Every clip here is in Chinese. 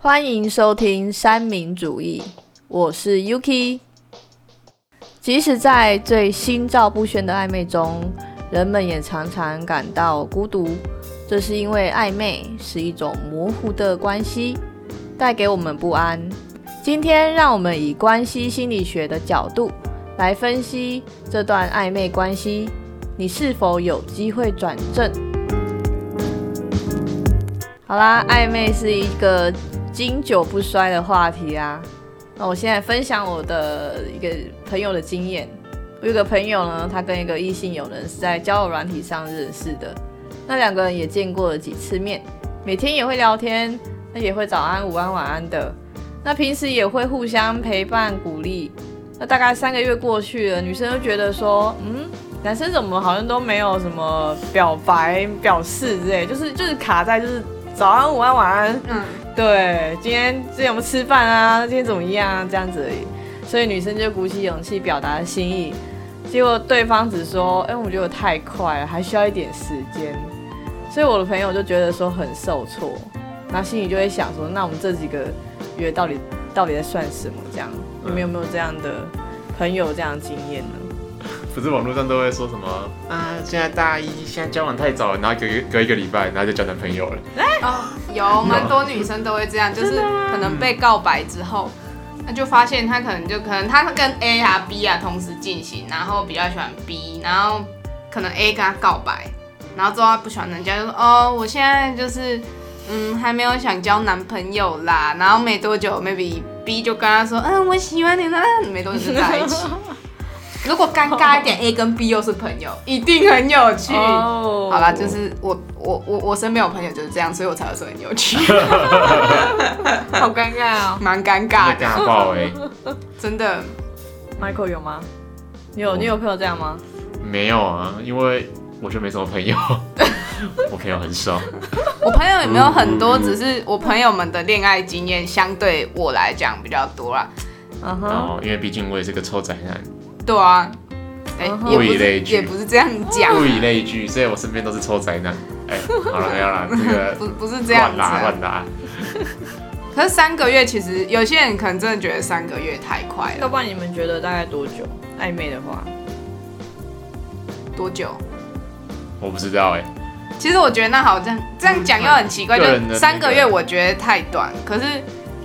欢迎收听三民主义，我是 Yuki。即使在最心照不宣的暧昧中，人们也常常感到孤独，这是因为暧昧是一种模糊的关系，带给我们不安。今天，让我们以关系心理学的角度来分析这段暧昧关系，你是否有机会转正？好啦，暧昧是一个经久不衰的话题啊。那我现在分享我的一个朋友的经验。我有个朋友呢，他跟一个异性友人是在交友软体上认识的，那两个人也见过了几次面，每天也会聊天，那也会早安、午安、晚安的。那平时也会互相陪伴、鼓励。那大概三个月过去了，女生就觉得说，嗯，男生怎么好像都没有什么表白、表示之类，就是就是卡在就是早安、午安、晚安，嗯，对，今天之前有没有吃饭啊？今天怎么样啊？这样子而已。所以女生就鼓起勇气表达心意，结果对方只说：“哎、我觉得我太快了，还需要一点时间。”所以我的朋友就觉得说很受挫，然后心里就会想说：“那我们这几个月到底到底在算什么？这样你们有没有这样的朋友这样的经验呢不是网络上都会说什么啊？现在大一，现在交往太早了，然后隔一隔一个礼拜，然后就交男朋友了。哦，有蛮多女生都会这样，就是可能被告白之后，那就发现她可能就可能她跟 A 啊 B 啊同时进行，然后比较喜欢 B，然后可能 A 跟她告白，然后之后她不喜欢人家，就说哦，我现在就是嗯还没有想交男朋友啦，然后没多久 maybe B 就跟她说嗯我喜欢你啦，没多久就在一起。如果尴尬一点，A 跟 B 又是朋友，一定很有？”趣。哦好啦，就是我我我我身边有朋友就是这样，所以我才会说很有 趣，好尴尬啊、蛮尴尬真的的，尬 爆哎、真的。 Michael 有吗？你有你有朋友这样吗？没有啊，因为我就没什 么朋友，我朋友很啊少。我朋友也没有很多，只是我朋友们的恋爱经验相对我来讲比较多啦。嗯然哼，后因为毕竟我也是个臭宅男，对啊，哎、嗯哼也物不以是类聚也不是这样讲，物以类聚，所以我身边都是臭宅男。哎、好了没有啦，这个不不 是这样乱子拉啊。乱拉。可是三个月其实有些人可能真的觉得三个月太快要了，不然你们觉得大概多久？暧昧的话，多久？我不知道哎、其实我觉得那好像这样讲又很奇怪，嗯个人的那就个三个月我觉得太短，可是。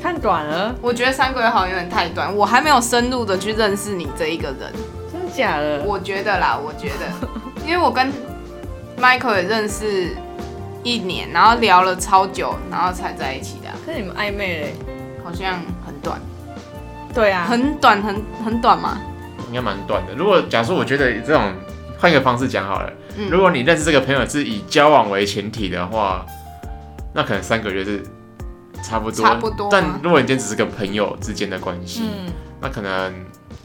看短了，我觉得三个月好像有点太短，我还没有深入的去认识你这一个人。真的假的？我觉得啦，我觉得，因 为我跟 Michael 也认识一年，然后聊了超久，然后才在一起的啊、可是你们暧昧嘞？好像很短，对啊，很短，很很短嘛。应该蛮短的。如果假说我觉得这种换一个方式讲好了，嗯如果你认识这个朋友是以交往为前提的话，那可能三个月是差不多。差不多吗啊但如果你今天只是个朋友之间的关系，嗯，那可能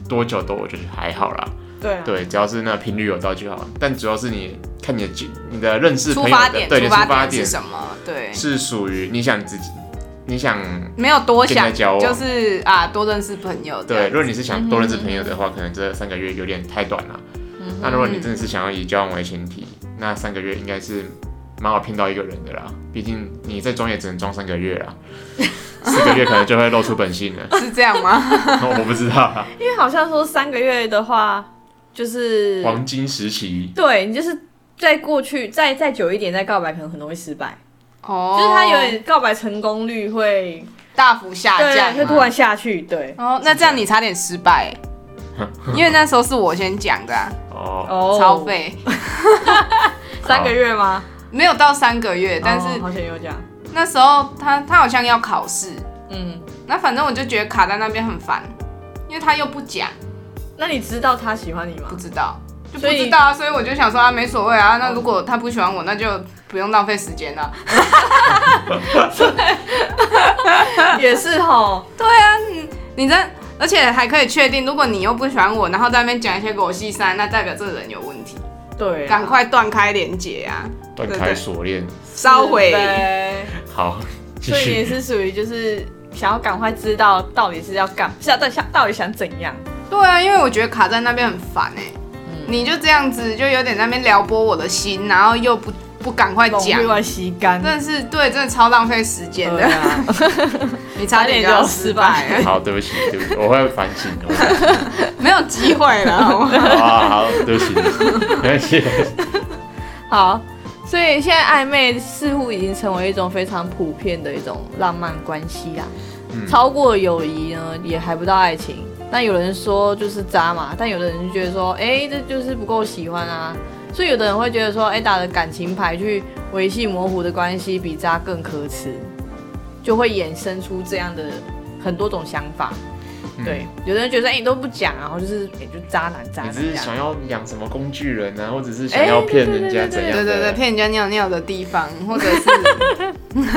多久都我觉得还好啦。对啊，对，只要是那频率有到就好。但主要是你看你的距你的认识出朋友发的点，对，你出的出发发点点是什么？对，是属于你想自己，你想没有多现想，在交往就是啊，多认识朋友这对。样。如果你是想多认识朋友的话，可能这三个月有点太短了。嗯那如果你真的是想要以交往为前提，那三个月应该是蛮好骗到一个人的啦。毕竟你再装也只能装三个月啦， 四个月可能就会露出本性 了。是这样吗？我不知道啊，因为好像说三个月的话，就是黄金时期对你就是再过去再再久一点再告白，可能很容易失败，哦就是他有点告白成功率会大幅下对，降会嘛，突然下去，对哦，那这样你差点失败，因为那时候是我先讲的、啊，哦，哦超费三个月吗？没有到三个月，但是哦好像有讲，那时候他他好像要考试，嗯，那反正我就觉得卡在那边很烦，因为他又不讲，那你知道他喜欢你吗 不？知道。就不所以知道啊，所以我就想说啊，没所谓啊。那如果他不喜欢我，那就不用浪费时间了。也是吼，你这，而且还可以确定，如果你又不喜欢我，然后在那边讲一些狗屁三，那代表这个人有问题，对啊，赶快断开连接啊，断对开对锁链，烧毁是。呗好，继所以也续。是属于就是想要赶快知道到底是要干，想到想到底想怎样，对啊，因为我觉得卡欸嗯在那边很烦哎、你就这样子，就有点在那边撩拨我的心，然后又不不赶快讲讲，完吸干真，的是对，啊真的超浪费时间对的。啊，你差点就要失败了，好，对不起，对不起，我会反省的。我会 没有机会了，好吗？好好好，对不起，对不起。好。所以现在暧昧似乎已经成为一种非常普遍的一种浪漫关系啦，嗯超过友谊呢，也还不到爱情。那有人说就是渣嘛，但有的人就觉得说，哎、这就是不够喜欢啊。所以有的人会觉得说，哎、打着感情牌去维系模糊的关系，比渣更可耻，就会衍生出这样的很多种想法。嗯对，有的人觉得，哎、你都不讲啊，然后就是，哎、就渣男渣你男只这是样。想要养什么工具人啊，或者是想哎要骗对对人家对对怎样啊对的？对对，骗人家尿尿的地方，或者是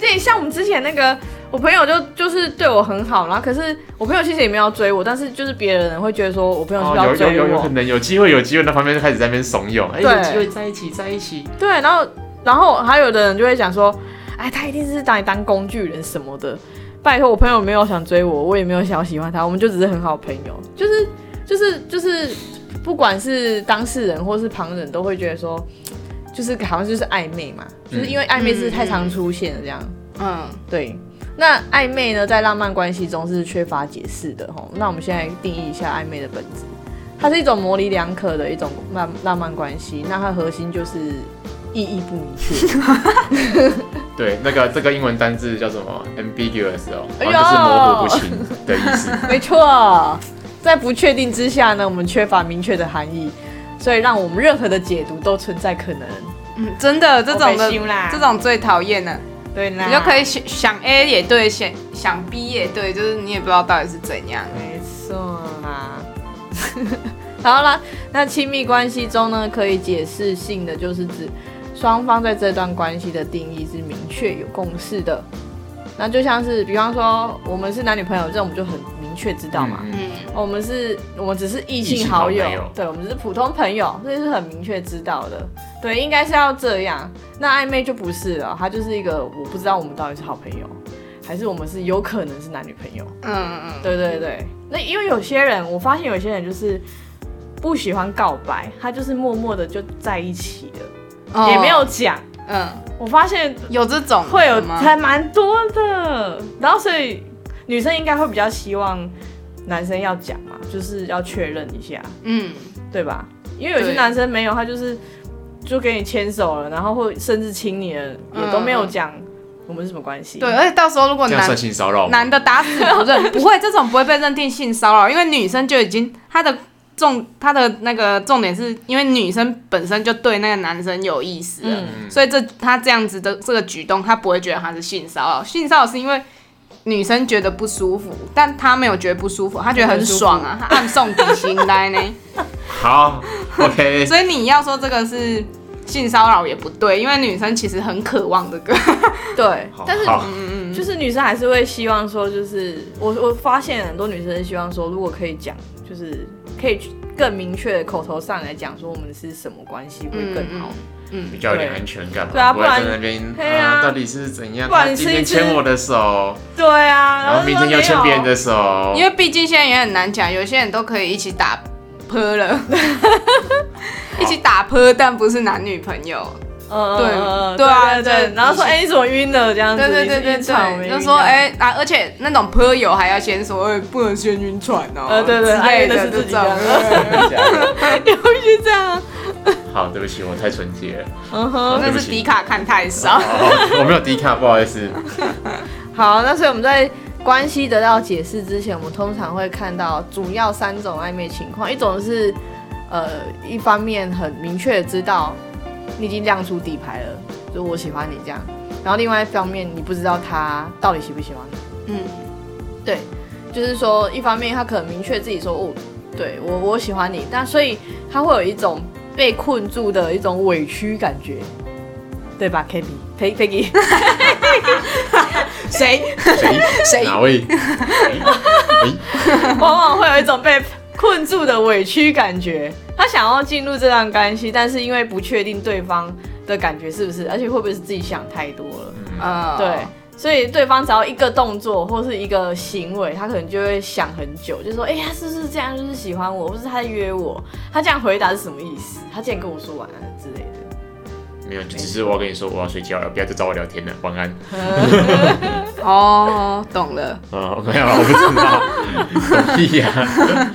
对，像我们之前那个，我朋友就就是对我很好，然后可是我朋友其实也没有要追我，但是就是别人会觉得说我朋友是不是，哦要有有追有我，有可能有机会有机会，那旁边就开始在那边怂恿，哎，对有机会在一起在一起，对，然后然后还有的人就会讲说，哎，他一定是把你当工具人什么的。拜托，我朋友没有想追我，我也没有想要喜欢他，我们就只是很好朋友，就是就是就是，不管是当事人或是旁人，都会觉得说，就是好像就是暧昧嘛，就是嗯因为暧昧是太常出现了这样。嗯，对，那暧昧呢，在浪漫关系中是缺乏解释的吼。那我们现在定义一下暧昧的本质，它是一种模棱两可的一种浪浪漫关系。那它核心就是意义不明 确，对，那个这个英文单字叫什么？ambiguous 哦，哎好呦像就是模糊不清的意思。没错。在不确定之下呢，我们缺乏明确的含义，所以让我们任何的解读都存在可能。嗯真的这种的我被羞啦这种最讨厌了。对啦，你就可以想想 A 也对，想想 B 也对，就是你也不知道到底是怎样。没错啦。 好啦，那亲密关系中呢，可以解释性的就是指双方在这段关系的定义是明确有共识的。那就像是，比方说我们是男女朋友，这我们就很明确知道嘛。嗯嗯嗯，我们是，我们只是异性好友，异性好朋友对，我们只是普通朋友，这是很明确知道的。对，应该是要这样。那暧昧就不是了，它就是一个我不知道我们到底是好朋友，还是我们是有可能是男女朋友。嗯嗯对对对，那因为有些人，我发现有些人就是不喜欢告白，他就是默默的就在一起了，嗯，也没有讲。嗯，我发现有这种会有的吗？还蛮多的，然后所以女生应该会比较希望男生要讲嘛，就是要确认一下，嗯，对吧？因为有些对男生没有，他就是就给你牵手了，然后或甚至亲你了，也都没有讲我们是什么关系。嗯对，而且到时候如果这样男算性骚扰吗？男的打死不认，不会这种不会被认定性骚扰，因为女生就已经她的重她的那个重点是因为女生本身就对那个男生有意思了，嗯，嗯所以这她这样子的这个举动，她不会觉得她是性骚扰，性骚扰是因为。女生觉得不舒服，但她没有觉得不舒服，她觉得很爽啊，她暗送底薪来呢。好 ，OK，所以你要说这个是性骚扰也不对，因为女生其实很渴望这个。对好，但是好嗯就是女生还是会希望说，就是我我发现很多女生希望说，如果可以讲，就是可以更明确的口头上来讲说我们是什么关系会更嗯好。比较有点安全感嘛，对啊不会在不然那边对啊到底是怎样？不然他今天吃一吃牵我的手，嗯对啊，然后明天又牵别人的哦手因，为毕竟现在也很难讲，有些人都可以一起打泼 了，一起打泼，但不是男女朋友。嗯，对嗯嗯对啊对对，对然后说以前哎你怎么晕了这样子，对对你对是对晕船我没对，晕就说这样，哎、啊，而且那种泼友还要先说，哎，不能先晕船哦，呃对对之类哎那的是自己这种。 哎是这样啊，好，对不起，我太纯洁了。嗯哼。那是迪卡看 太少，哦，我没有低卡，不好意思。好，那所以我们在关系得到解释之前，我们通常会看到主要三种暧昧情况，一种是呃一方面很明确的知道你已经亮出底牌了，就我喜欢你这样，然后另外一方面你不知道他到底喜不喜欢你，嗯，对，就是说一方面他可能明确自己说哦，对我我喜欢你，但所以他会有一种被困住的一种委屈感觉，对吧？K B P Peggy。谁谁？谁哪位？哎往往会有一种被困住的委屈感觉。他想要进入这段关系，但是因为不确定对方的感觉是不是，而且会不会是自己想太多了，呃，对。所以对方只要一个动作或是一个行为，他可能就会想很久，就说：“哎、他是不是这样？就是喜欢我，或是他在约我？他这样回答是什么意思？他竟然跟我说晚安之类的。”没有，就只是我要跟你说我要睡觉了，不要再找我聊天了，晚 安。哦，懂了。嗯，没有啦，我不知道， 屁呀、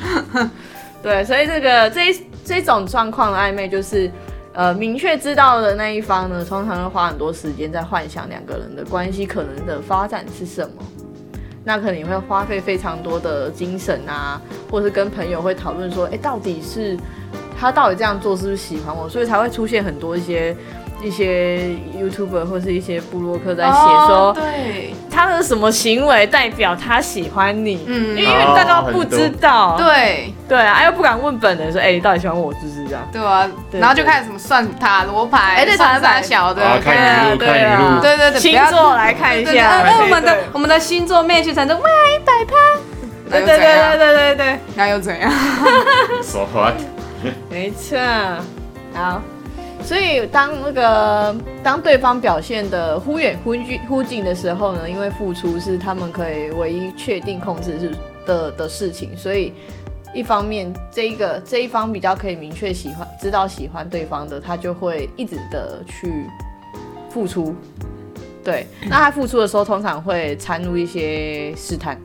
对，所以这个这一这种状况的暧昧，就是呃，明确知道的那一方呢，通常会花很多时间在幻想两个人的关系可能的发展是什么。那可能也会花费非常多的精神啊，或者是跟朋友会讨论说，哎、到底是他到底这样做是不是喜欢我，所以才会出现很多一些一些 YouTuber 或是一些部落客在写说、哦对他的什么行为代表他喜欢你，嗯因为因为大家不知哦道，对对啊，哎又不敢问本人说，哎、你到底喜欢我是不是这样？对啊，对然后就开始什么算塔罗牌，哎对塔罗算牌三小的啊，对看语录，对啊看语录，对对对，星不要座来看一对对对下，哎我们对的我们的星座面去成就哇一百趴，那对又对对怎对样？对对对，那又怎样？说话没错，好。所以当那个当对方表现的忽远忽近忽近的时候呢，因为付出是他们可以唯一确定控制是的的事情，所以一方面这一个这一方比较可以明确喜欢知道喜欢对方的，他就会一直的去付出。对，那他付出的时候通常会掺入一些试探。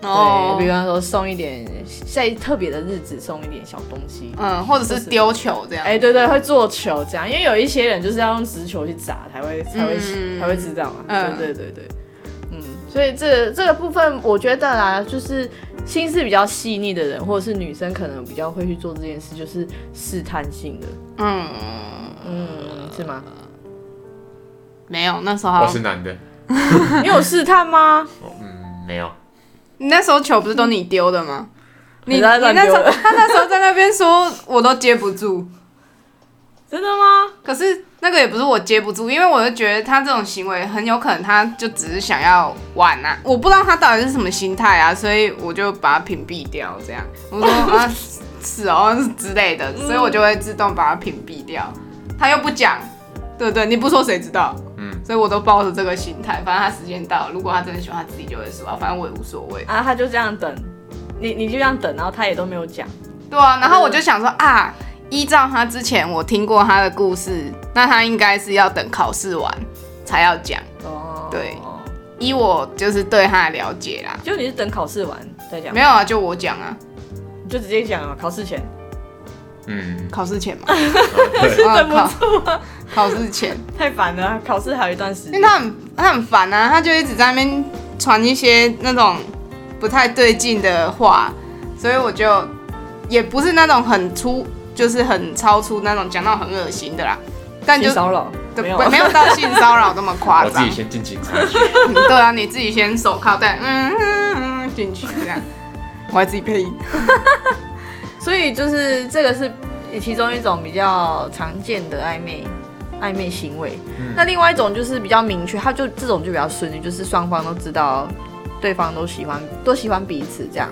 哦对，比方说送一点，在特别的日子送一点小东西。嗯，或者是丢球这样。哎、对对，会做球这样，因为有一些人就是要用直球去砸才会才会、嗯才会知道嘛。嗯对对对对，嗯，所以这这个部分我觉得啦，就是心思比较细腻的人，或者是女生可能比较会去做这件事，就是试探性的，嗯，嗯，是 吗？没有，那时我候是男的，你有试探吗？我嗯，没有，你那时候球不是都你丢的吗？你你你在乱那时候丢的他那时候在那边说，我都接不住。真的吗？可是那个也不是我接不住，因为我就觉得他这种行为很有可能他就只是想要玩啊，我不知道他到底是什么心态啊，所以我就把他屏蔽掉，这样我说啊是是哦之类的，所以我就会自动把他屏蔽掉。他又不讲，对不对？你不说谁知道？嗯，所以我都抱着这个心态，反正他时间到了，如果他真的喜欢，他自己就会说啊，反正我也无所谓。啊，他就这样等，你你就这样等，然后他也都没有讲。对啊，然后我就想说啊，依照他之前我听过他的故事，那他应该是要等考试完才要讲。哦，对依我就是对他的了解啦，就你是等考试完再讲，没有啊，就我讲啊，你就直接讲啊，考试 前。嗯，考试前嘛， 对，啊忍不考 考试前，太烦了，考试还有一段时因为间。他很他很烦啊，他就一直在那边传一些那种不太对劲的话，所以我就也不是那种很粗，就是很超出那种讲到很恶心的啦，但就性骚扰对没有啊没有到性骚扰那么夸我自张己，先进警察局，嗯对啊，你自己先手铐带，嗯嗯嗯进去这样，我还自己配音，所以就是这个是其中一种比较常见的暧昧暧昧行为。那另外一种就是比较明确，它就这种就比较顺利，就是双方都知道对方都喜欢都喜欢彼此这样。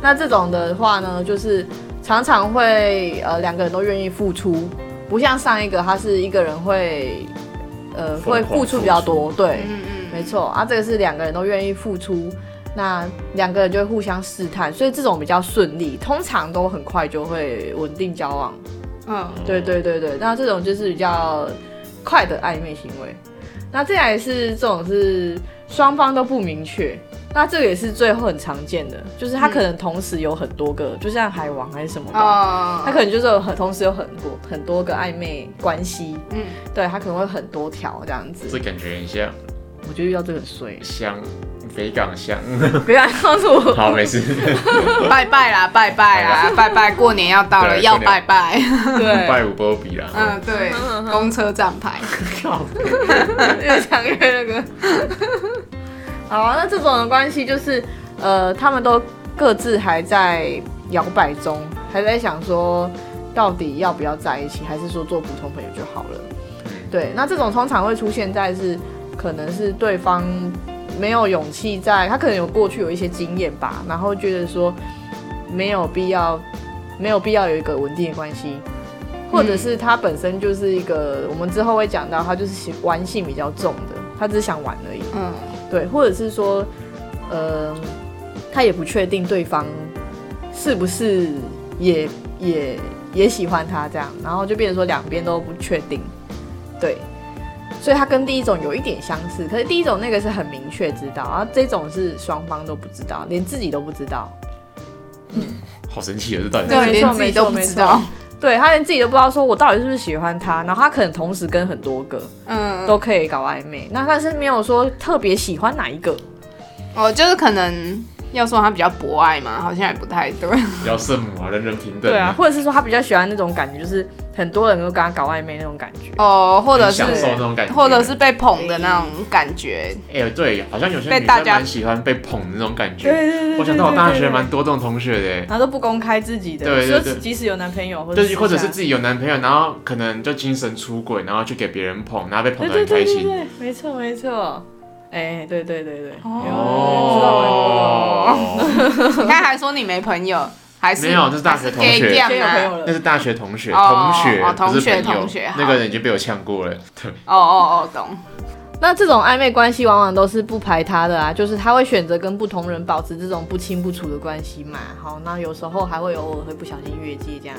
那这种的话呢，就是常常会呃两个人都愿意付出，不像上一个他是一个人会呃会疯狂付出比较多，对，嗯嗯没错啊，这个是两个人都愿意付出，那两个人就会互相试探，所以这种比较顺利，通常都很快就会稳定交往。嗯， 对对对对，那这种就是比较快的暧昧行为。那再来是这种是双方都不明确，那这个也是最后很常见的，就是他可能同时有很多个，就像海王还是什么的，哦，他可能就是有很同时有很多很多个暧昧关系，嗯对他可能会很多条这样子这。感觉很像，我觉得遇到这个很衰香北 港香，不要告诉我。好，没事， 拜拜啦，拜拜啦，拜拜！过年要到了，对要过年拜拜。对，拜五波比啦， 嗯，对，公车站牌。靠，越讲越那个。好啊，那这种的关系就是，呃，他们都各自还在摇摆中，还在想说到底要不要在一起，还是说做普通朋友就好了。对，那这种通常会出现在是，可能是对方没有勇气在，他可能有过去有一些经验吧，然后觉得说没有必要，没有必要有一个稳定的关系，或者是他本身就是一个，我们之后会讲到，他就是喜玩性比较重的，他只是想玩而已，嗯，对，或者是说，呃，他也不确定对方是不是也也也喜欢他这样，然后就变成说两边都不确定，对，所以它跟第一种有一点相似，可是第一种那个是很明确知道，然后这种是双方都不知道，连自己都不知道。好神奇啊，这到底对没错连自己都不知道没，对他连自己都不知道，说我到底是不是喜欢他，然后他可能同时跟很多个嗯，都可以搞暧昧，那但是没有说特别喜欢哪一个，哦，就是可能要说他比较博爱嘛，好像也不太对， 比较圣母啊，人人平等对啊，，或者是说他比较喜欢那种感觉，就是很多人都跟他搞暧昧那种感觉，哦，或者很是享受那种感觉，啊或者是被捧的那种感 觉，哎、对，好像有些被女大生家蛮喜欢被捧的那种感觉。对对我想到我大学蛮多这种同学的欸，然后都不公开自己的，对对对说即使有男朋友或者就是或者是私自己有男朋友，然后可能就精神出轨，然后去给别人捧，然后被下捧得对很对开对对心。对，没错没错，哎、对对对对，哦哦，你看还说你没朋友，还是没有这是大学同学还是 gay 有掉些有朋友啊？了那，是大学同学，哦同学哦，同不是学朋友同学好那个人已经被我呛过了。对，哦哦哦，懂，那这种暧昧关系往往都是不排他的啊，就是他会选择跟不同人保持这种不清不楚的关系嘛。好，那有时候还会偶尔会不小心越界这样。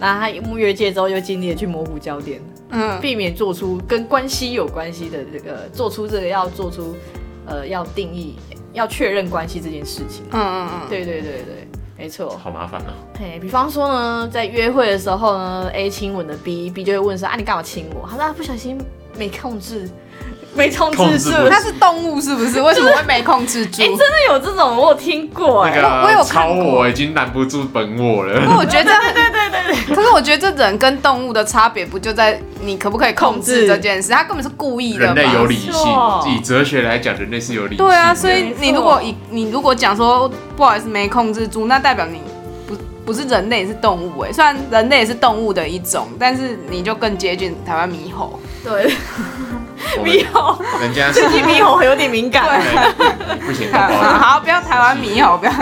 那他越界之后，就尽力的去模糊焦点，嗯，避免做出跟关系有关系的这个，做出这个要做出，呃，要定义、要确认关系这件事情。嗯嗯嗯，对对对对，没错。好麻烦啊。嘿，比方说呢，在约会的时候呢，A 亲吻了 B，B 就会问说啊，你干嘛亲我？他说他不小心没控制，没控控制制住。不它是动物是不是？为什么会没控制住？哎、真的有这种，我有听过哎、那个啊我有看超过我已经拦不住本我不 了。过我觉得 对对对对可是我觉得这人跟动物的差别不就在你可不可以控控制制这件事？他根本是故意的人吧类有理没性错，以哲学来讲，人类是有理性的。对啊，所以没错你如果以你如果讲说不好意思没控制住，那代表你不不是人类是动物哎、虽然人类也是动物的一种，但是你就更接近台湾猕 猴。对，我们猕猴，人家是最近猕猴有点敏感。对不行，搞不好好，不要台湾猕猴，不要。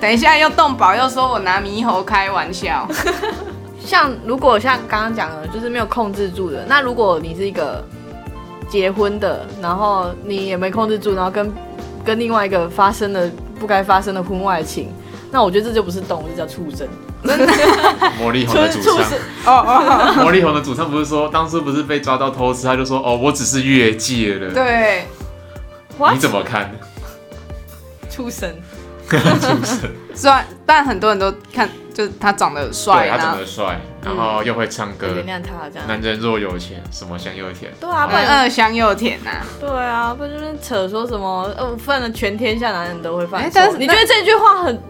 等一下又动保又说我拿猕猴开玩笑，像如果像刚刚讲的，就是没有控制住的，那如果你是一个结婚的，然后你也没控制住，然后跟 跟另外一个发生了不该发生的婚外情，那我觉得这就不是动物，这叫畜生。魔力红的主畜唱生。，哦哦，魔力红的主唱不是说当初不是被抓到偷吃，他就说哦，我只是越界了。对，哇你，怎么看？畜生。虽然但很多人都看，就是他长得帅对他长啊，得帅，然后又会唱有歌点。亮他这样。男人若有钱，什么香又甜。哎对啊，不嗯然嗯，香又甜呐、啊。对啊，不然就是扯说什么，呃，我犯了全天下男人都会犯哎错。但是你觉得这句话很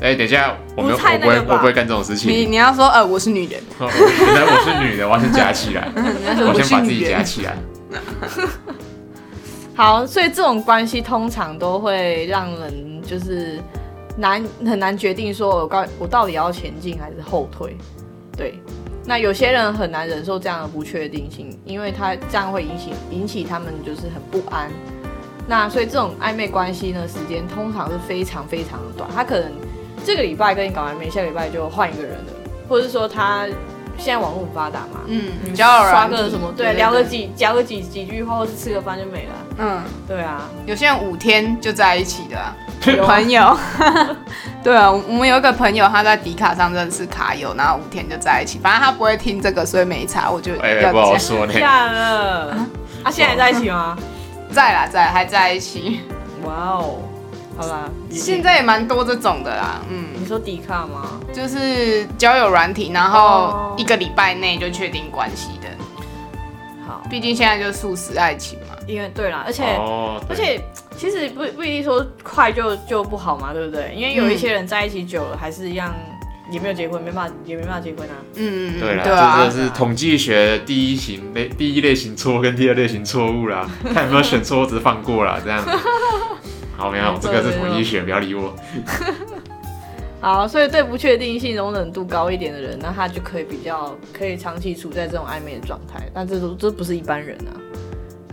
哎，等一下，我没有，不我太不会，那个吧我不会干这种事你情。你要说呃我是女人，哦 原来我是女的，我要先夹起 来，我先把自己夹起来。好，所以这种关系通常都会让人就是难很难决定，说我告我到底要前进还是后退。对，那有些人很难忍受这样的不确定性，因为他这样会引起引起他们就是很不安。那所以这种暧昧关系呢，时间通常是非常非常的短，他可能这个礼拜跟你搞暧昧，下礼拜就换一个人了，或者是说他现在网络很发达嘛，嗯，交友刷软个体什么，对，聊个，几聊个几几句话，或是吃个饭就没了。嗯，对 啊，有些人五天就在一起的啊、有啊朋友， 对啊，我我们有一个朋友，他在迪卡上认识卡友，然后五天就在一起。反正他不会听这个，所以没差，我就哎，要不好讲。说呢。假的。啊，现在还在一起吗？在啦，在还在一起，哇哦，好啦，现在也蛮多这种的啦，嗯，你说迪卡吗？就是交友软体，然哦后一个礼拜内就确定关系的。好，毕竟现在就素食爱情嘛，因为对啦，而且、哦，而对且其实不不一定说快就就不好嘛，对不对？因为有一些人在一起久了，还是一样也没有结婚，没办法也没办法结婚啊。嗯，对啦，对这啊真的，是统计学第一型类第一类型错跟第二类型错误 啦，看有没有选错，只是放过啦，这样子。好，没有，这个是统计学，不要理我。好，所以对不确定性容忍度高一点的人，那他就可以比较可以长期处在这种暧昧的状态，但这都这不是一般人啊。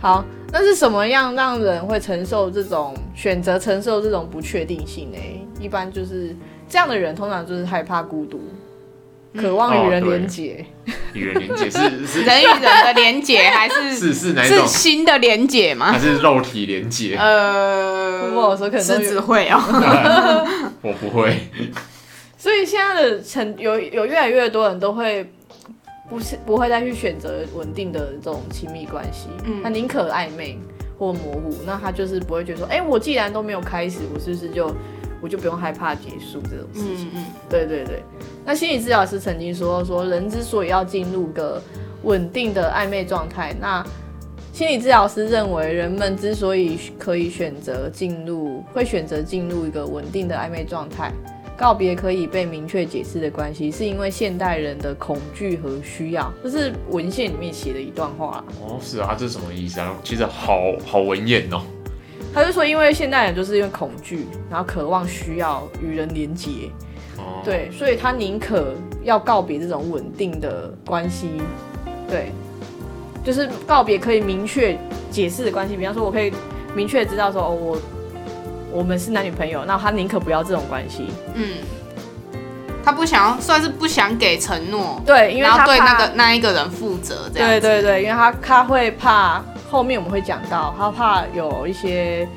好，那是什么样让人会承受这种选择承受这种不确定性呢？一般就是这样的人，通常就是害怕孤独，渴望与人连结。与人连接 是是人与人的连结还是 是是哪一是种？哎新的连结吗还？是肉体连接？呃，不过我说可能都有狮子会哦。我不会，所以现在的成有有越来越多人都会不是不会再去选择稳定的这种亲密关系，嗯他宁可暧昧或模糊，那他就是不会觉得说，哎、我既然都没有开始，我是不是就我就不用害怕结束这种事情？嗯嗯，对对对，那心理治疗师曾经说说，人之所以要进入个稳定的暧昧状态，那心理治疗师认为，人们之所以可以选择进入，会选择进入一个稳定的暧昧状态，告别可以被明确解释的关系，是因为现代人的恐惧和需要。这是文献里面写的一段话啦哦，是啊，这是什么意思啊？其实好好文言哦。他就说，因为现代人就是因为恐惧，然后渴望需要与人连结，哦，对，所以他宁可要告别这种稳定的关系，对，就是告别可以明确解释的关系，比方说我可以明确知道说哦，我我们是男女朋友，那他宁可不要这种关系，嗯，他不想要，算是不想给承诺，对，因为然后他对那怕个那一个人负责这样对子。对对，因为他他会怕后面我们会讲到，他怕有一些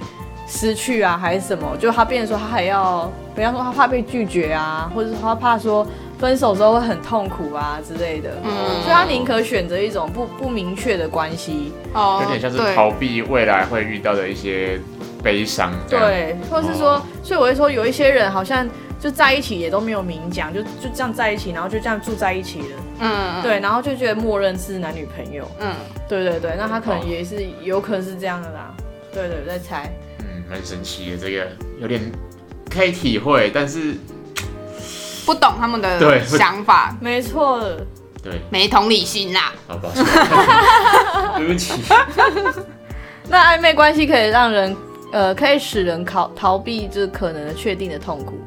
失去啊，还是什么，就他变成说他还要，比方说他怕被拒绝啊，或者是他怕说分手之后会很痛苦啊之类的，嗯所以他宁可选择一种不不明确的关系，哦，有点像是对逃避未来会遇到的一些悲伤。这啊样，对，或是说，嗯所以我会说有一些人好像就在一起也都没有明讲，就就这样在一起，然后就这样住在一起了，嗯，对，然后就觉得默认是男女朋友，嗯，对对对，那他可能也是有可能是这样的啦，对对，我在猜。嗯，蛮神奇的，这个有点可以体会，但是不懂他们的对想法，没错，对，没同理心啦。好吧，对不起。那暧昧关系可以让人，呃，可以使人逃逃避就是可能的确定的痛苦。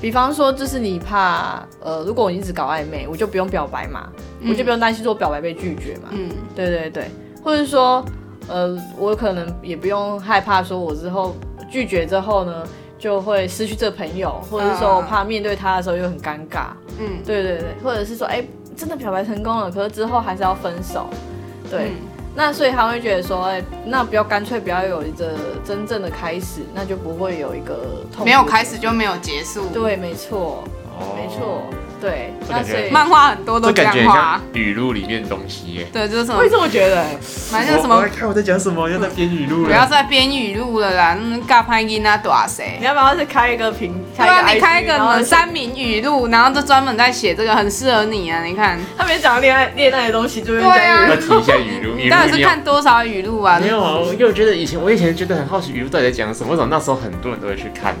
比方说，就是你怕，呃，如果我一直搞暧昧，我就不用表白嘛，我就不用担心说表白被拒绝嘛。嗯对对对，或者说，呃，我可能也不用害怕说我之后拒绝之后呢，就会失去这个朋友，或者是说我怕面对他的时候又很尴尬。嗯，对对对，或者是说，哎、真的表白成功了，可是之后还是要分手。对，嗯那所以他会觉得说，哎、那不要干脆不要有一个真正的开始，那就不会有一个痛苦嗯没有开始。就没有结束。，对，没错，没错，对。这那感所觉以，漫画很多都哦这这感觉很样画像。语录里面的东西耶。对，就是什么我也，这么觉得、哎反正就是什么我我，看我在讲什么，又在编语录不要再编语录了啦，那尬拍音那多谁你？要不要是开一个屏？对啊，你开一 IG，个然后什么三明语录，然后就专门在写这个，很适合你啊！你看，他没讲恋爱恋爱的东西，就会对啊 要提一下 语录，语录到底你是要看多少语录啊？没有啊，我因为我觉得以前我以前觉得很好奇语录到底在讲什么，为什么那时候很多人都会去看？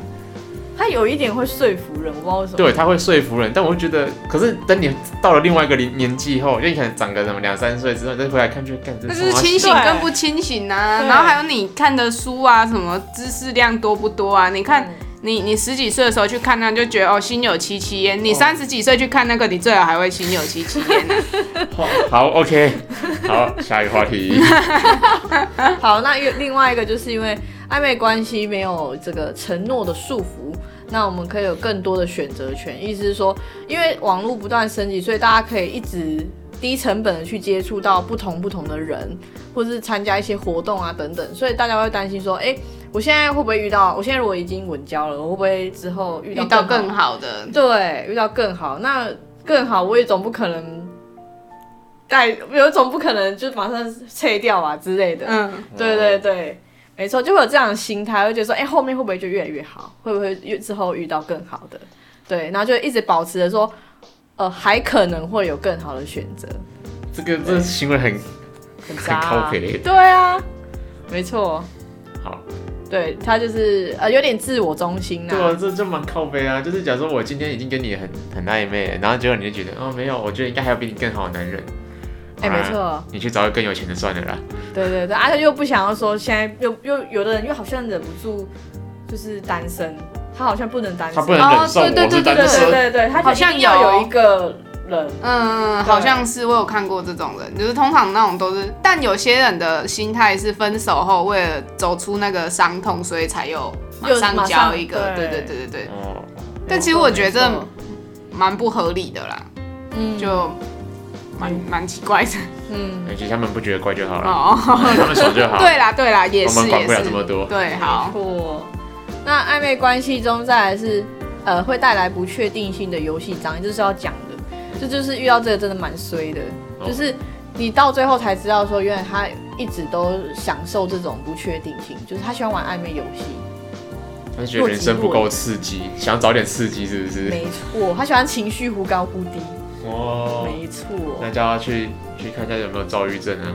他有一点会说服人，我不知道为什么。对，他会说服人，但我会觉得，可是等你到了另外一个年年纪后，就你可能长个什么两三岁之后，你再回来看，就干这那是就是什么清醒对跟不清醒啊，对然后还有你看的书啊，什么知识量多不多啊？你看，你你十几岁的时候去看那，就觉得哦心有戚戚焉；你哦三十几岁去看那个，你最好还会心有戚戚 焉啊。好 好，OK，好， 下一个 话题。好，那又另外一个就是因为暧昧关系没有这个承诺的束缚，那我们可以有更多的选择权。意思是说，因为网络不断升级，所以大家可以一直低成本的去接触到不同不同的人，或是参加一些活动啊等等，所以大家会担心说，哎、我现在会不会遇到？我现在如果已经稳交了，我会不会之后遇遇到到更更好好的，对，遇到更好，那更好我也总不可能带，有总不可能就马上撤掉啊之类的。嗯，哦对对对，没错，就会有这样的心态，会觉得说，哎、后面会不会就越来越好？会不会越之后遇到更好的？对，然后就一直保持着说，呃，还可能会有更好的选择，这个这个行为很很很渣、啊。靠北对啊，没错，好，对他就是呃有点自我中心对啊啊，，这就蛮靠背啊。就是假如说我今天已经跟你很很暧昧了，然后结果你就觉得哦没有，我觉得应该还有比你更好的男人。哎、没好错，啦，你去找个更有钱的算了啦。对对对，而、且又不想要说现在又又有的人又好像忍不住就是单身，他好像不能单身，啊他不能哦忍受对对我是对单对对身，对对，他好像一定要有有一个人，嗯，好像是我有看过这种人，就是通常那种都是，但有些人的心态是分手后为了走出那个伤痛，所以才又马又上马交上一个，对对对对对对，哦，但其实我觉没得错蛮不合理的啦，嗯就蛮蛮奇怪的嗯。哦那其实他们不觉得怪就好了，哦。 他们爽就好。对啦对啦，也我是们管也不了是这，么多。对， 好，错。那暧昧关系中，再来是呃，会带来不确定性的游戏章，这是要讲的。这就是遇到这个真的蛮衰的，哦就是你到最后才知道说，原来他一直都享受这种不确定性，就是他喜欢玩暧昧游戏，他觉得人生不够刺激，想要找点刺激是不是？没错，他喜欢情绪忽高忽低，哦，没错。那叫他去去看一下有没有躁郁症啊？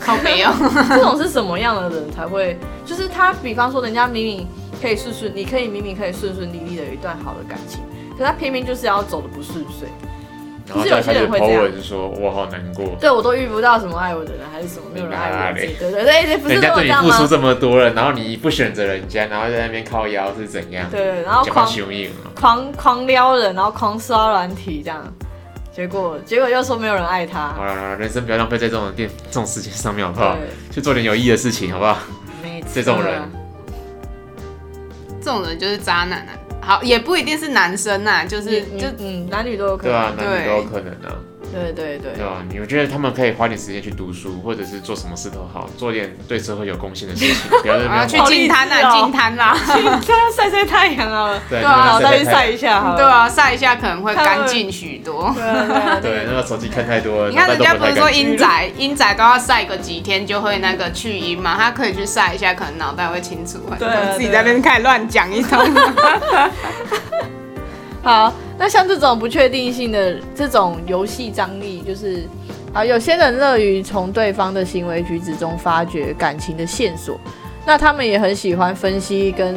靠没有，这种是什么样的人才会？就是他，比方说，人家明明可以顺顺，你可以明明可以顺顺利利的有一段好的感情，可他偏偏就是要走的不顺遂。然后不是有再些开始人会这 po 样文说，我好难过，对我都遇不到什么爱我的人，还是什么没有人爱我的人，对对对，对不是都人家有对这你样付吗出？这么多了，然后你不选择人家，然后在那边靠腰是怎样？对，然后讲话狂凶硬啊！狂狂撩人，然后狂刷软体这样，结果结果又说没有人爱他好。了好了，人生不要浪费在这种电这种事情上面好不好？对，去做点有意义的事情好不好？没啊错啊这种人这种人就是渣男啊。好，也不一定是男生呐、就是嗯就嗯嗯，男女都有可对啊能。，男女都有可能啊，对对对对啊，你我觉得他们可以花点时间去读书，或者是做什么事都好，做点对社会有贡献的事情，不要在啊那去边好进滩励志哦啦，进滩啦，对， 晒晒太阳好了，对对啊脑那袋去边晒太晒阳一下好了。对啊，晒一下可能会他们干净许多。对啊对啊对啊对，那个手机看太多了，你看人家脑不袋是都说太干净阴宅，阴宅都要晒个几天就会那个去阴嘛？他可以去晒一下，可能脑袋会清楚很对多。啊自己在那边开始乱讲一 通。好，那像这种不确定性的这种游戏张力，就是啊，有些人乐于从对方的行为举止中发掘感情的线索，那他们也很喜欢分析跟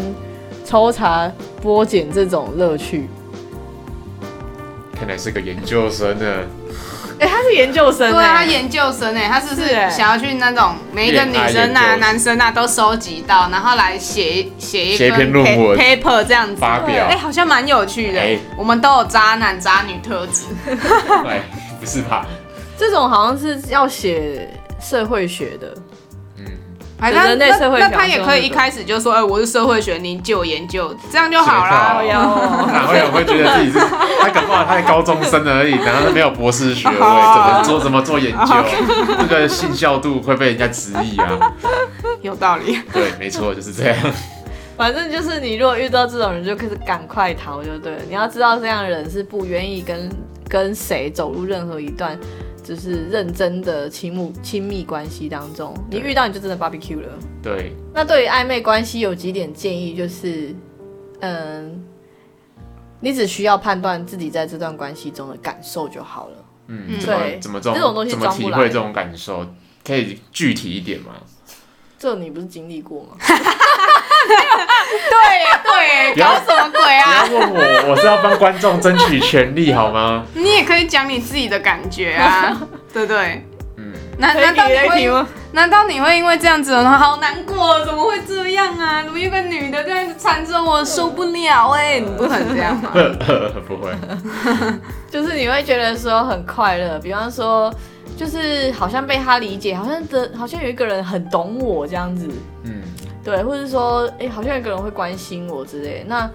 抽查、剥茧这种乐趣。看来是个研究生呢，哎、他是研究生、欸，对啊，研究生哎，他是不是是欸想要去那种每一个女生恋爱研究啊、生男生啊都收集到，然后来写写一写一篇论文 pa- paper 这样子？发表哎、好像蛮有趣的、哎我们都有渣男渣女特质，哎，不是吧？这种好像是要写社会学的，嗯，反正 人类社会表那那他也现可以那一种开始就说，哎、我是社会学，你借我研究，这样就好啦。谁知道 哦，哪会有人会觉得自己是他搞不好他是高中生而已，然后没有博士学位，怎么做怎么做研究，这个信效度会被人家质疑啊。有道理。对，没错，就是这样。反正就是你如果遇到这种人，就开始赶快逃就对了。你要知道，这样的人是不愿意跟跟谁走入任何一段就是认真的亲密亲密关系当中。你对遇到你就真的 barbecue 了。对，那对于暧昧关系有几点建议，就是嗯，你只需要判断自己在这段关系中的感受就好了。嗯，嗯怎么对怎么这这种东种西怎么装体不来会这种感受，可以具体一点吗？这你不是经历过吗？对耶哎对不耶，要搞什么鬼不要啊？问我，我是要帮观众争取权利好吗？ 你也可以讲你自己的感觉 啊，对不对？嗯，难可以 难道你来提会吗？难道你会因为这样子，然后好难过，怎么会这样啊？怎么有个女的这样子缠着我，受不了哎、嗯你不能这样吗？不会，就是你会觉得说很快乐，比方说，就是好像被他理解，好像的，好像有一个人很懂我这样子，嗯，对，或者说，哎、好像有一个人会关心我之类的。那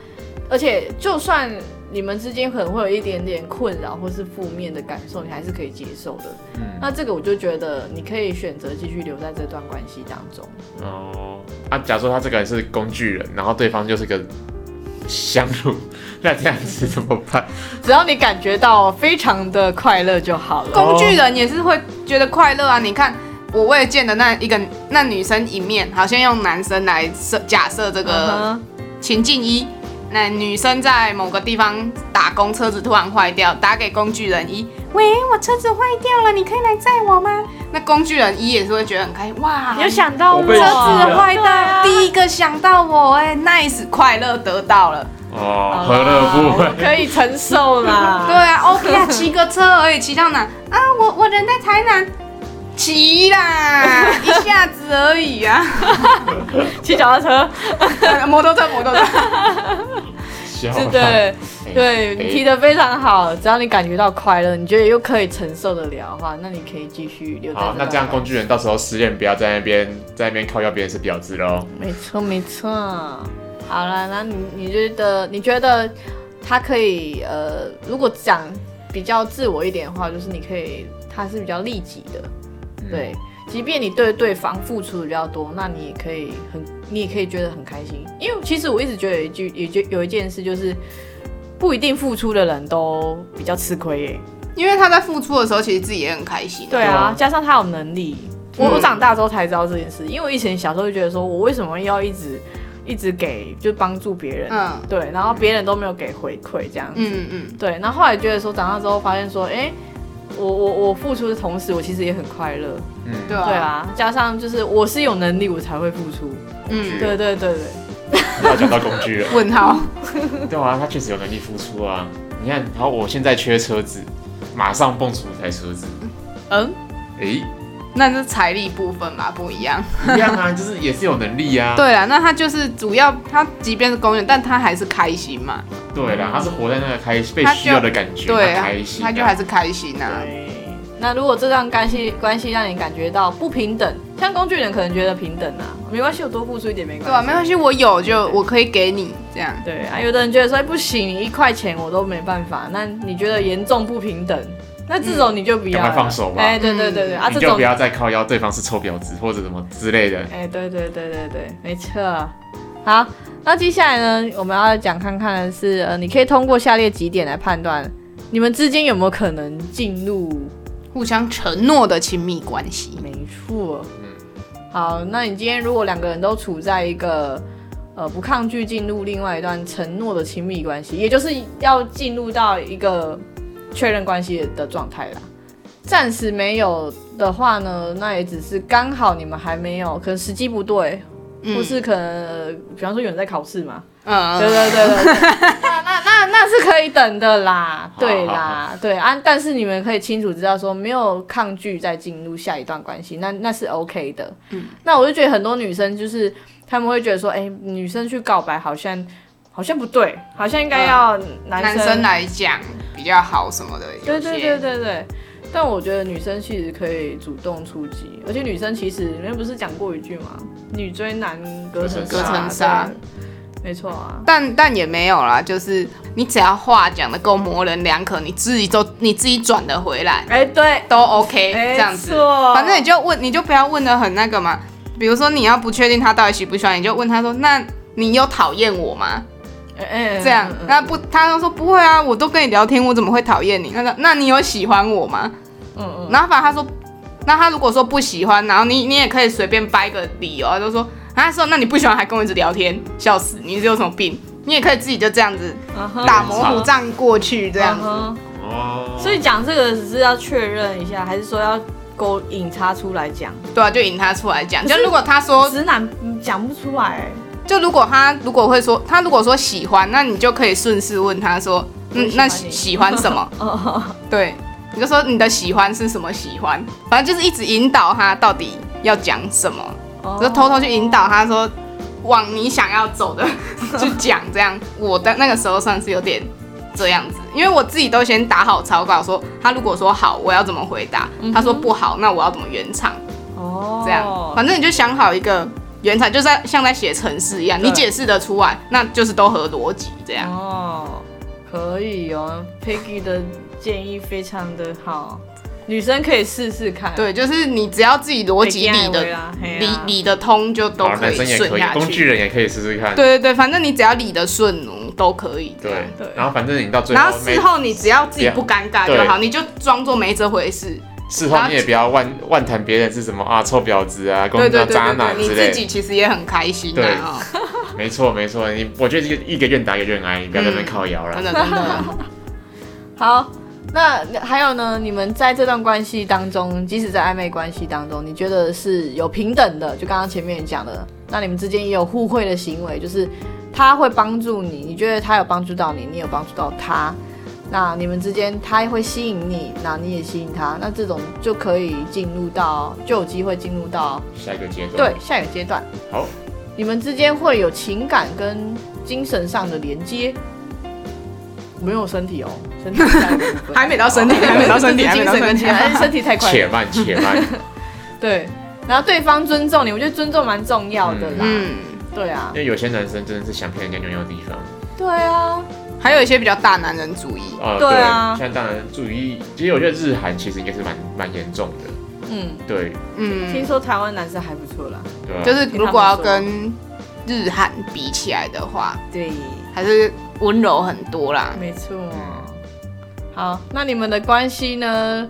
而且就算你们之间可能会有一点点困扰或是负面的感受，你还是可以接受的。嗯，那这个我就觉得你可以选择继续留在这段关系当中。哦，啊，假如说他这个人是工具人，然后对方就是个香炉， 那这样子怎么办？只要你感觉到非常的快乐就好了。工具人也是会觉得快乐啊！你看我为了见的那一个那女生一面，好像用男生来设假设这个嗯哼情境一。那女生在某个地方打工，车子突然坏掉，打给工具人一，喂，我车子坏掉了，你可以来载我吗？那工具人一也是会觉得很开心，哇，你有想到我我被车激子 了坏对掉，啊第一个想到我、哎，nice，快乐得到了。哦，何乐不好啦我为？可以承受啦。对啊，OK 啊，骑个车而已，骑到哪啊？我我人在台南，骑 啦，一下子而已啊。骑脚踏车， 摩托车，摩托车，笑是了对哎对，哎你提的非常好。只要你感觉到快乐，你觉得又可以承受得了的话，那你可以继续留在。好，那这样工具人到时候失恋不要在那边在那边靠要别人是婊子喽。没错没错。好了，那你你觉得你觉得他可以呃，如果讲比较自我一点的话，就是你可以，他是比较利己的，嗯对。即便你对对方付出的比较多，那你也可以很，你也可以觉得很开心。因为其实我一直觉得有一句，有一句有一件事就是，不一定付出的人都比较吃亏耶、因为他在付出的时候，其实自己也很开心。对对啊啊，加上他有能力。我嗯我长大之后才知道这件事，因为我以前小时候就觉得说，我为什么要一直一直给，就帮助别人，嗯对，然后别人都没有给回馈这样子，嗯嗯，对。然后后来觉得说，长大之后发现说，哎、我我我付出的同时，我其实也很快乐，嗯，对对啊，啊。加上就是我是有能力，我才会付出，嗯，对对对对。要讲到工具了。问号， 对啊，他确实有能力付出啊。你看，然后我现在缺车子，马上蹦出一台车子。嗯，诶、那是财力部分吧，不一样。一样啊，就是也是有能力啊。对啦，那他就是主要，他即便是公园，但他还是开心嘛，对啦，他是活在那个开被他就需要的感觉，对他啊开，心啊、他就还是开心啊。对。那如果这段关系关系让你感觉到不平等，像工具人可能觉得平等啊，没关系，我多付出一点没关系。对啊，没关系，我有就我可以给你这样。对啊，有的人觉得说哎不行，你一块钱我都没办法，那你觉得严重不平等，那这种你就不要嗯赶了快放手吧嗯哎，对对对对、啊，你这就种不要再靠腰对方是臭婊子或者什么之类的。哎，对对对对对，没错。好，那接下来呢，我们要讲看看的是，呃，你可以通过下列几点来判断你们之间有没有可能进入。互相承诺的亲密关系。没错。好，那你今天如果两个人都处在一个呃不抗拒进入另外一段承诺的亲密关系，也就是要进入到一个确认关系的状态啦。暂时没有的话呢，那也只是刚好你们还没有，可能时机不对，或是可能、呃比方说有人在考试嘛，嗯对嗯，对对对对，那那那那是可以等的啦，对啦，对啊，但是你们可以清楚知道说没有抗拒再进入下一段关系，那那是 OK 的。嗯，那我就觉得很多女生就是她们会觉得说，哎、女生去告白好像好像不对，好像应该要男嗯男生来讲比较好什么的。有对些对对，对对。但我觉得女生其实可以主动出击，而且女生其实你们不是讲过一句吗？女追男隔层隔层纱对没错啊。但但也没有啦，就是你只要话讲的够模棱两可，你自己都你自己转得回来哎、对，都 OK 没这样子。错反正你就问，你就不要问的很那个嘛。比如说你要不确定他到底喜不喜欢，你就问他说：“那你有讨厌我吗？”哎哎这样嗯，嗯那不，他就说不会啊，我都跟你聊天，我怎么会讨厌你？那个，那你有喜欢我吗？嗯嗯，然后反正他说，那他如果说不喜欢，然后你你也可以随便掰个理由，他就说啊，说那你不喜欢还跟我一直聊天，笑死，你是有什么病？你也可以自己就这样子嗯哼打模糊仗过去，这样子。嗯哦哼所以讲这个只是要确认一下，还是说要勾引他出来讲？对啊，就引他出来讲。可就是如果他说，直男嗯讲不出来、就如果他如果会说，他如果说喜欢，那你就可以顺势问他说，我嗯喜，欢那你喜欢什么？ 哦，对，你就说你的喜欢是什么喜欢，反正就是一直引导他到底要讲什么，哦就偷偷去引导他说往你想要 走的去讲，这样我的那个时候算是有点这样子，因为我自己都先打好草稿，说他如果说好，我要怎么回答；嗯他说不好，那我要怎么圆场，哦，这样，反正你就想好一个。原场就在像在写程式一样，你对解释得出来，那就是都合逻辑这样。哦，可以哦，Peggy 的建议非常的好，女生可以试试看。对，就是你只要自己逻辑理的嘿啊嘿啊理理得通就都好，可男生也可顺以下，工具去。人也可以试试看。对对对，反正你只要理得顺嗯都可以。对对然后反正你到最然后后没事后你只要自己不尴尬对就好，你就装作没这回事。事后你也不要万万谈别人是什么啊臭婊子啊，公对对交对渣对男对，你之自类己其实也很开心对啊。哦的。没错没错，你我觉得一个愿打一个愿挨，你不要在那边靠摇嗯真的了。真的，好，那还有呢？你们在这段关系当中，即使在暧昧关系当中，你觉得是有平等的？就刚刚前面也讲的，那你们之间也有互惠的行为，就是他会帮助你，你觉得他有帮助到你，你有帮助到他，那你们之间他会吸引你，那你也吸引他，那这种就可以进入到，就有机会进入到下一个阶段。对下一个阶段。好，你们之间会有情感跟精神上的连接，没有身体哦，身体在的部分还没到身体，还没到身体，还没精到神身跟体情。感，身体太快且了。慢 且慢，对，然后对方尊重你，我觉得尊重蛮重要的啦。嗯，对啊因，为有些男生真的是想骗人家妞妞的地方。对啊，还有一些比较大男人主义，啊，对啊现在当然注意，其实我觉得日韩其实应该是蛮蛮严重的，嗯，对听嗯，说台湾男生还不错啦。对啊吧？就是如果要跟日韩比起来的话，对，还是温柔很多啦。没错。好，那你们的关系呢，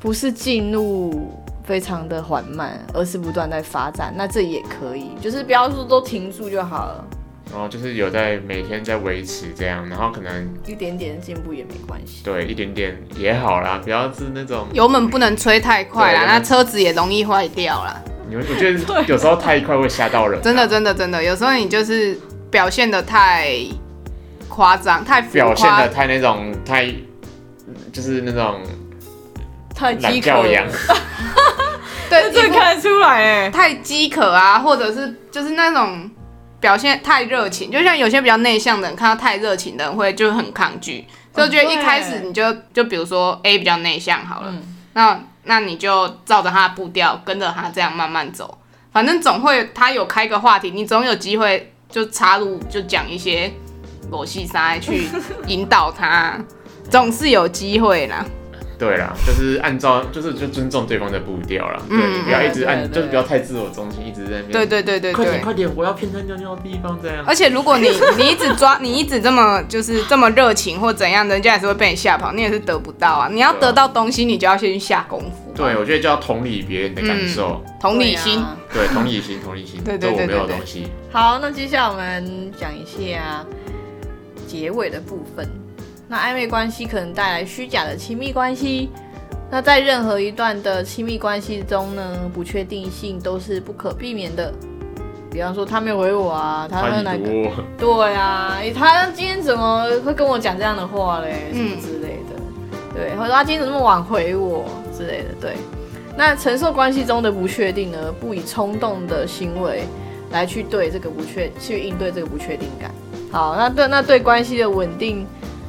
不是进入非常的缓慢，而是不断在发展。那这也可以，就是不要说都停住就好了，然后就是有在每天在维持这样，然后可能一点点进步也没关系。对一点点也好啦，不要是那种油门不能吹太快啦，对那车子也容易坏掉啦。你们我觉 得有时候太快会吓到人啊，真的，真的，真的，有时候你就是表现的太夸张，太浮表现夸的，太那种太就是那种太懒饥渴教养了，，对，一这副看得出来哎。太饥渴啊，或者是就是那种表现太热情，就像有些比较内向的人，看到太热情的人会就很抗拒。所以我觉得一开始对你就就比如说 A 比较内向好了，嗯那那你就照着他的步调，跟着他这样慢慢走，反正总会他有开个话题，你总有机会就插入就讲一些裸戏啥去引导他，总是有机会啦。对啦，就是按照就是就尊重对方的步调啦，对，嗯你不要一直对按，对就是不要太自我中心，一直在那边对对对对哎快点对。快点，我要骗他尿尿的地方这样而。且如 果你你一直抓，你一直这么就是这么热情或怎样，人家也是会被你吓跑，你也是得不到啊。你要得到东西，你就要先去下功夫。对，，我觉得就要同理别人的感受，同理心对。啊对，同理心，同理心，嗯对对这对我没有对对东西，好，那接下来我们讲一下结尾的部分。那暧昧关系可能带来虚假的亲密关系。那在任何一段的亲密关系中呢，不确定性都是不可避免的。比方说他没有回我啊，他他那哪已个？读我，对啊，诶他今天怎么会跟我讲这样的话嘞？什么嗯之类的，对，或者他今天怎么那么晚回我之类的，对。那承受关系中的不确定呢，不以冲动的行为来去对这个不确去应对这个不确定感。好，那对那对关系的稳定、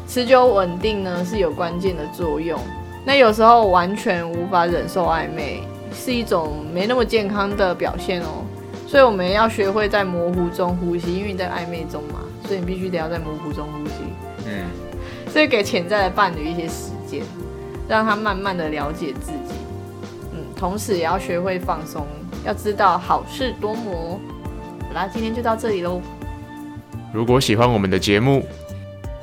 持久稳定呢是有关键的作用。那有时候完全无法忍受暧昧，是一种没那么健康的表现哦。所以我们要学会在模糊中呼吸，因为你在暧昧中嘛，所以你必须得要在模糊中呼吸。嗯，所以给潜在的伴侣一些时间，让他慢慢的了解自己。嗯，同时也要学会放松，要知道好事多磨。好啦，今天就到这里喽。如果喜欢我们的节目，